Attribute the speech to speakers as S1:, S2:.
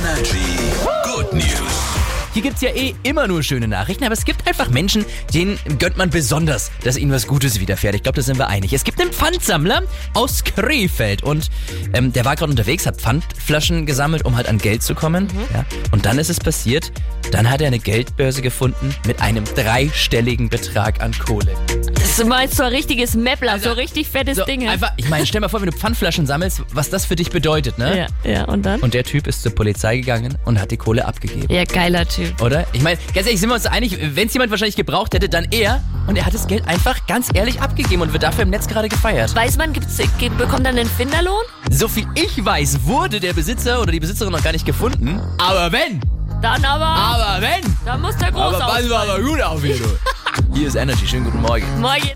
S1: Energy. Good News.
S2: Hier gibt's ja eh immer nur schöne Nachrichten, aber es gibt einfach Menschen, denen gönnt man besonders, dass ihnen was Gutes widerfährt. Ich glaube, da sind wir einig. Es gibt einen Pfandsammler aus Krefeld und ähm, der war gerade unterwegs, hat Pfandflaschen gesammelt, um halt an Geld zu kommen.
S3: Mhm.
S2: Ja. Und dann ist es passiert, dann hat er eine Geldbörse gefunden mit einem dreistelligen Betrag an Kohle.
S3: Das meinst so ein richtiges Mäppler, so richtig fettes
S2: Also, So,
S3: Ding.
S2: einfach, ich meine, stell mal vor, wenn du Pfandflaschen sammelst, was das für dich bedeutet, ne?
S3: ja, ja, und dann?
S2: Und der Typ ist zur Polizei gegangen und hat die Kohle abgegeben.
S3: ja, geiler Typ.
S2: Oder? Ich meine, ganz ehrlich, sind wir uns einig, wenn es jemand wahrscheinlich gebraucht hätte, dann er. Und er hat das Geld einfach ganz ehrlich abgegeben und wird dafür im Netz gerade gefeiert.
S3: Weiß man, gibt's, ge- bekommt dann einen Finderlohn?
S2: So viel ich weiß, wurde der Besitzer oder die Besitzerin noch gar nicht gefunden. Aber wenn,
S3: Dann aber,
S2: aber wenn,
S3: dann muss der groß
S2: aber passen wir aber gut auf, Vito. Hier ist Energy. Schönen guten Morgen.
S3: Morgen.